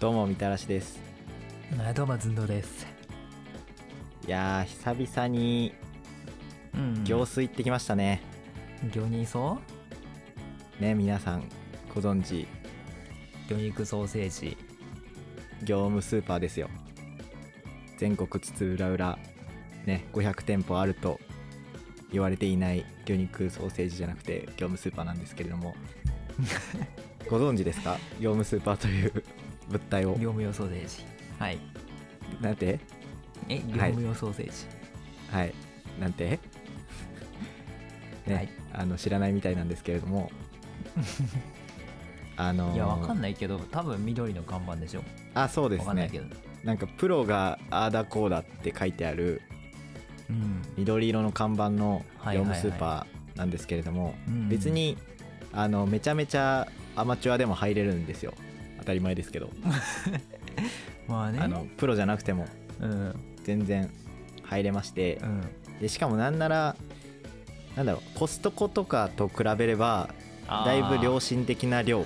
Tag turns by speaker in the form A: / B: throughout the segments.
A: どうもみたらしです
B: あどうもずんどうです。
A: いやー久々に
B: うん
A: 行水行ってきましたね、
B: 魚にそ
A: ね皆さんご存知
B: 魚肉ソーセージ。
A: 業務スーパーですよ全国津々浦々ね500店舗あると言われていない魚肉ソーセージじゃなくて業務スーパーなんですけれど もご存知ですか業務スーパーという物体を
B: 業務用ソーセージ。はい。
A: なんて
B: え、業務用ソーセージ。
A: はいなんて ね、
B: はい
A: あの知らないみたいなんですけれど もあの
B: い、や、わかん
A: い
B: ないけど、多分緑の看板でしょ。
A: あそうで
B: わ
A: す
B: かんな
A: ね
B: いけど。
A: なんかプロがああだこうだって書いてある
B: うん。
A: 緑色の看板の
B: はい
A: 業
B: はいは
A: 務
B: い
A: スーパーなんですけれども、
B: うん
A: 別。にあのめちゃめちゃアマチュアでも入れるんですよ当たり前ですけど、
B: まあね。
A: あのプロじゃなくても
B: うん。
A: 全然入れまして
B: う、ん。
A: でしかもなんならなんだろうコストコとかと比べれば
B: あー
A: だいぶ良心的な量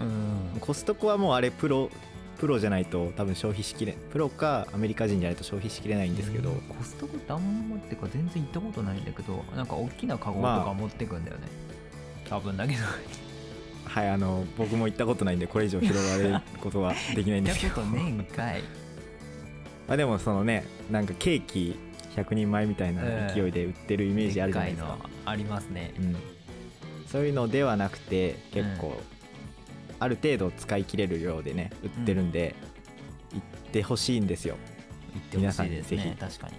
B: うん。
A: コストコはもうあれプロプロじゃないと多分消費しきれプロかアメリカ人じゃないと消費しきれないんですけど、
B: うんコストコってあんまってか全然行ったことないんだけどなんか大きなカゴと
A: まあ
B: か持ってくんだよね、多分 だけど
A: はいあの僕も行ったことないんでこれ以上広がることはできないんで
B: 行っ
A: すけ
B: た
A: ど
B: ことねえんかい
A: まあでもそのねなんかケーキ100人前みたいな勢いで売ってるイメージあるじゃないですか
B: でっ、いのありますね
A: うん、そういうのではなくて結構、ある程度使い切れる量でね売ってるんで、行ってほしいんですよ、
B: 行ってほしいです
A: 皆
B: ね確かに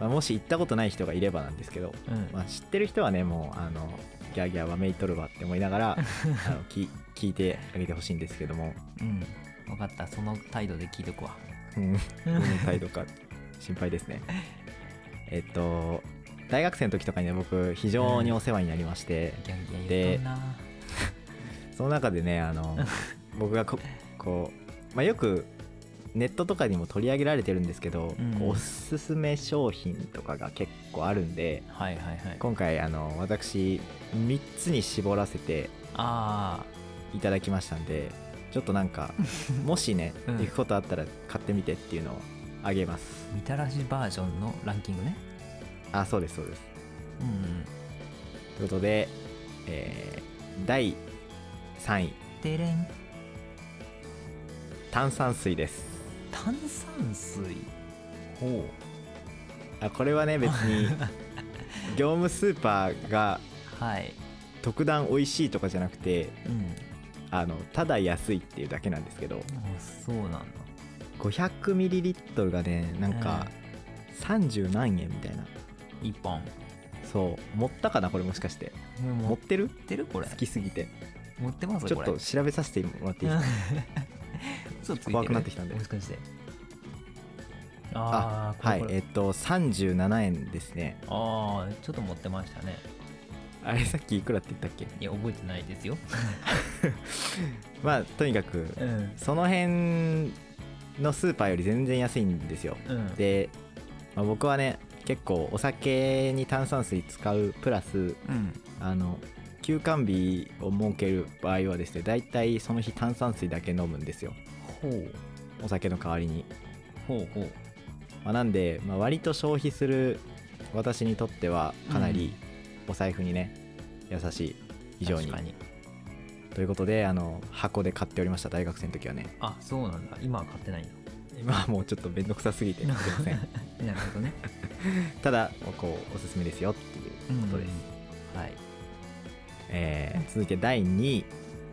A: まあ、もし行ったことない人がいればなんですけど、
B: うん
A: まあ、知ってる人はねもうあのギャーギャーわめいとるわって思いなが らあのき聞いてあげてほしいんですけども、
B: うん分かったその態度で聞いとくわ
A: うん、どの態度か心配ですねえっと大学生の時とかにね僕非常にお世話になりまして、
B: ギャンギャン言っとんな
A: その中でねあ の僕がここう、まあ、よくネットとかにも取り上げられてるんですけど、
B: うん
A: こうおすすめ商品とかが結構あるんで
B: はいはいはい
A: 今回あの私3つに絞らせて
B: あ
A: いただきましたんでちょっとなん かもしね、
B: うん
A: 行くことあったら買ってみてっていうのをあげます
B: あみたらしバージョンのランキングね
A: あそうですそうです
B: うんうん
A: ということで、えー第3位
B: てれん
A: 炭酸水です
B: 炭酸水ほ
A: あこれはね別 に業務スーパーが
B: うはい
A: 特段美味しいとかじゃなくて
B: うん
A: あのただ安いっていうだけなんですけど
B: あそうなんだ
A: 500ml がねなんか30何円みたいな
B: 一本
A: そう持ったかなこれもしかして持
B: 持
A: っ
B: って
A: る
B: てるこれ
A: 好きすぎて
B: 持ってます
A: ちょ
B: こ
A: っ
B: れ
A: と調べさせてもらっていいですか
B: 嘘ついてる
A: 怖くなってきたんで
B: もしかしてああ
A: はい
B: これこ
A: え
B: れ
A: っと37円ですね
B: ああちょっと持ってましたね
A: あれさっきいくらって言ったっけ
B: いや覚えてない ですよ
A: まあとにかく
B: うん
A: その辺のスーパーより全然安いんですよ
B: うん
A: で、まあ、僕はね結構お酒に炭酸水使うプラス
B: うん
A: あの休館日を設ける場合はですね大体その日炭酸水だけ飲むんですよ
B: ほう
A: お酒の代わりに、
B: ほうほう
A: まあ、なんで、まあ、割と消費する私にとってはかなりお財布にね、優しい非常に
B: 確かに
A: ということであの箱で買っておりました大学生の時はね
B: あそうなんだ今は買ってないんだ
A: 今はもうちょっと面倒くさすぎ て買ってません
B: なるほど ね
A: ただこうおすすめですよっていうことです、
B: はい
A: えー続いて第2位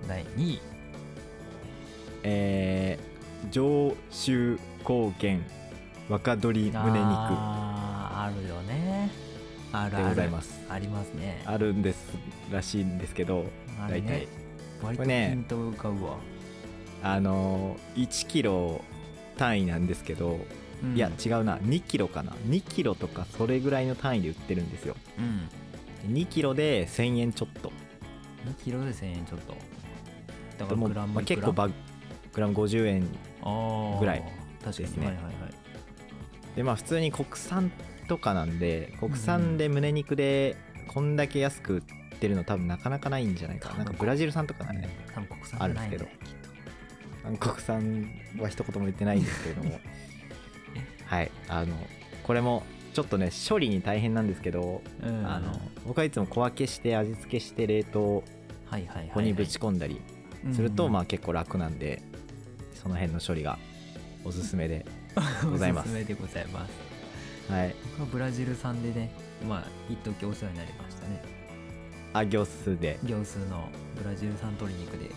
B: 第2位
A: えー上州高原若鶏胸肉
B: あーあるよねあるあ
A: で
B: る
A: ございます
B: ありますね
A: あるんですらしいんですけど
B: あ
A: 大体
B: るね割
A: ことれね
B: ピンと浮かぶわ、
A: あのー1キロ単位なんですけど、
B: うん
A: いや違うな2キロかな2キロとかそれぐらいの単位で売ってるんですよ
B: うん
A: 2キロで1000円ちょっと
B: 2キロで1000円ちょっとだ
A: でも
B: グラム
A: まあ、結構
B: いく
A: バ
B: ら
A: グラム50円
B: あー
A: ぐらい
B: 確
A: です
B: か
A: ね
B: にはいはいはい
A: でまあ普通に国産とかなんで国産で胸肉でこんだけ安く売ってるの多分なかなかないんじゃないかななんかブラジル産とかだね
B: 多分国産
A: あるんですけど
B: ないねきっと
A: 韓国産は一言も言ってないんですけれど もはいあのこれもちょっとね処理に大変なんですけど、
B: うん
A: あの
B: はい
A: 僕はいつも小分けして味付けして冷凍
B: はいはい、はい、
A: 庫にぶち込んだりすると、
B: うん
A: まあ結構楽なんでその辺の処理がおすすめで、ございます
B: おすすめでございます
A: はい
B: 僕はブラジル産でねまあ一時お世話になりましたね
A: あ行数で
B: 行数のブラジル産鶏肉で
A: っ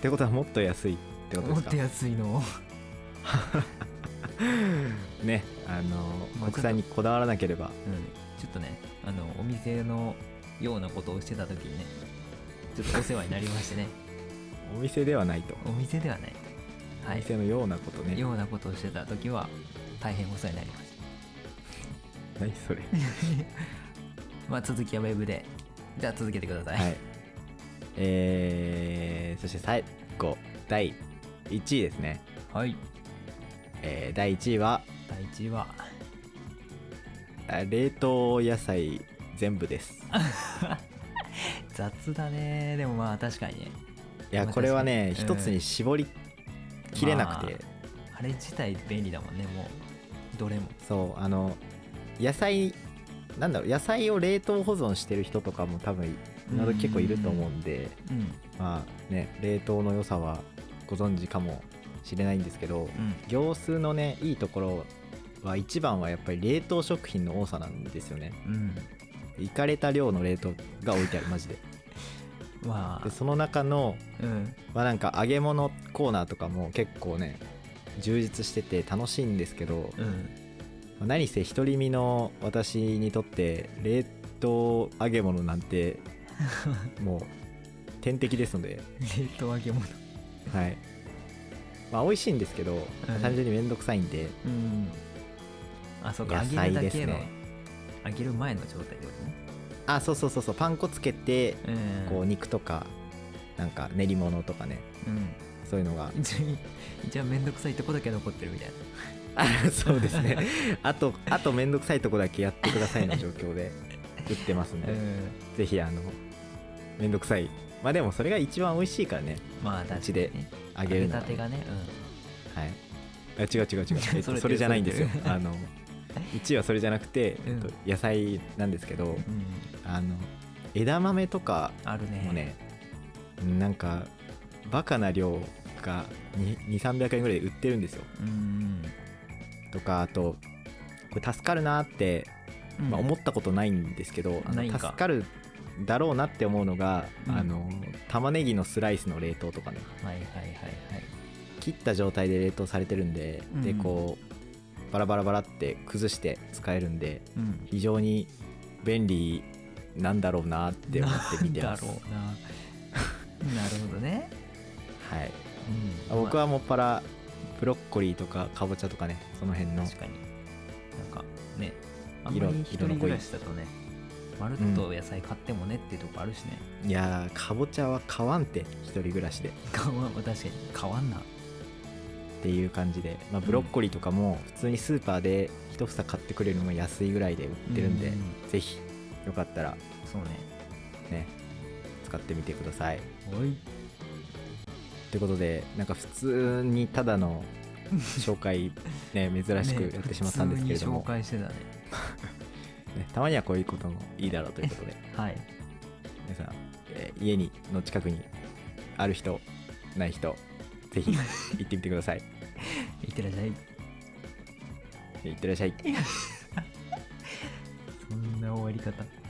A: てことはもっと安いってことで
B: も
A: す
B: っ
A: か
B: と安いのを
A: ねあの
B: まあ
A: 国産にこだわらなければ
B: うんちょっとねあのお店のようなことをしてた時にねちょっとお世話になりまし てね
A: お店ではないと、
B: お店ではないは
A: お
B: い
A: 店のようなことね
B: ようなことをしてた時は大変お世話になりました
A: 何 それ
B: まあ続きはウェブでじゃあ続けてください、
A: はいえー、そして最後第1位ですね、
B: はい、
A: えー第1位は
B: 第1位は
A: あ冷凍野菜全部です
B: 雑だねでもまあ確かにね
A: いや
B: まあ
A: これはね
B: 確か
A: 一
B: に
A: つに絞りきれなくて、
B: まあれ自体便利だもんねもうどれも
A: そうあの野菜なんだろう野菜を冷凍保存してる人とかも多分など結構いると思うんで
B: うん
A: まあね冷凍の良さはご存知かもしれないんですけど
B: うん
A: 行数のねいいところは一番はやっぱり冷凍食品の多さなんですよね
B: うん
A: いかれた量の冷凍が置いてあるマジ で
B: ま
A: でその中の
B: あうん
A: まあなんか揚げ物コーナーとかも結構ね充実してて楽しいんですけど
B: うん
A: まあ何せ独り身の私にとって冷凍揚げ物なん てもう天敵ですので、
B: 冷凍揚げ物
A: はいまあ、美味しいんですけど、
B: うん
A: 単純に面倒くさいんで
B: うんあそう
A: 野
B: か揚げ
A: 菜
B: るだ
A: です
B: けの、
A: ね
B: 揚げる前の状態ってことね
A: あそうそうそうそうパン粉つけて
B: うん
A: こう肉とかなんか練り物とかね
B: うん
A: そういうのが
B: 一応一応めんどくさいとこだけ残ってるみたいな
A: あ そうですねあとあと面倒くさいとこだけやってくださ いの状況で売ってますんで、
B: うん
A: ぜひあの面倒くさいまあでもそれが一番美味しいからね
B: まあ
A: う
B: 確
A: ち
B: か
A: で
B: にね
A: 揚
B: 揚
A: げ
B: げ
A: るの
B: た
A: は
B: てがねうん
A: はい。あ違う違う違 う。えっ
B: そ
A: と
B: れ
A: それじゃないんですよ
B: それ。
A: あの1位はそれじゃなくて、
B: うん
A: えっと野菜なんですけど、
B: うん
A: あの枝豆とか
B: あるね
A: もね、なんかバカな量が2、300円ぐらいで売ってるんですよ。
B: うん
A: とかあとこれ助かるなって、
B: うん
A: まあ、思ったことないんですけど、あの
B: ないんか
A: 助かるだろうなって思うのが、
B: うん
A: あの玉ねぎのスライスの冷凍とかね。
B: はいはいはいはい
A: 切った状態で冷凍されてるんで、
B: うん
A: でこうバラバラバラって崩して使えるんで
B: うん
A: 非常に便利なんだろうなって思って見てます
B: なんだろう ななるほどね、
A: はい、
B: うん、
A: 僕はもっぱらブロッコリーとかかぼちゃとかねその辺
B: ま
A: の
B: あ確かになんかねあん
A: 色
B: まり一
A: 色の濃
B: 人
A: い
B: 暮らしだとねまるっと野菜買ってもねっていうとこあるしね、
A: いやーかぼちゃは買わんて一人暮らしでっ
B: 変わん確かに変わんな
A: ていう感じで、まあ、ブロッコリーとかも普通にスーパーで一房買ってくれるのも安いぐらいで売ってるんで、
B: う
A: ぜひよかったら
B: そうね
A: ね使ってみてください
B: おい
A: ってことでなんか普通にただの紹介 ね珍しくやってしまったんですけれども
B: ね、普通に紹、介してたね
A: ねたまにはこういうこともいいだろうということで
B: はい
A: 皆さん、えー家にの近くにある人ない人ぜひ行ってみてください
B: いってらっしゃい
A: 行ってらっしゃい
B: そんな終わり方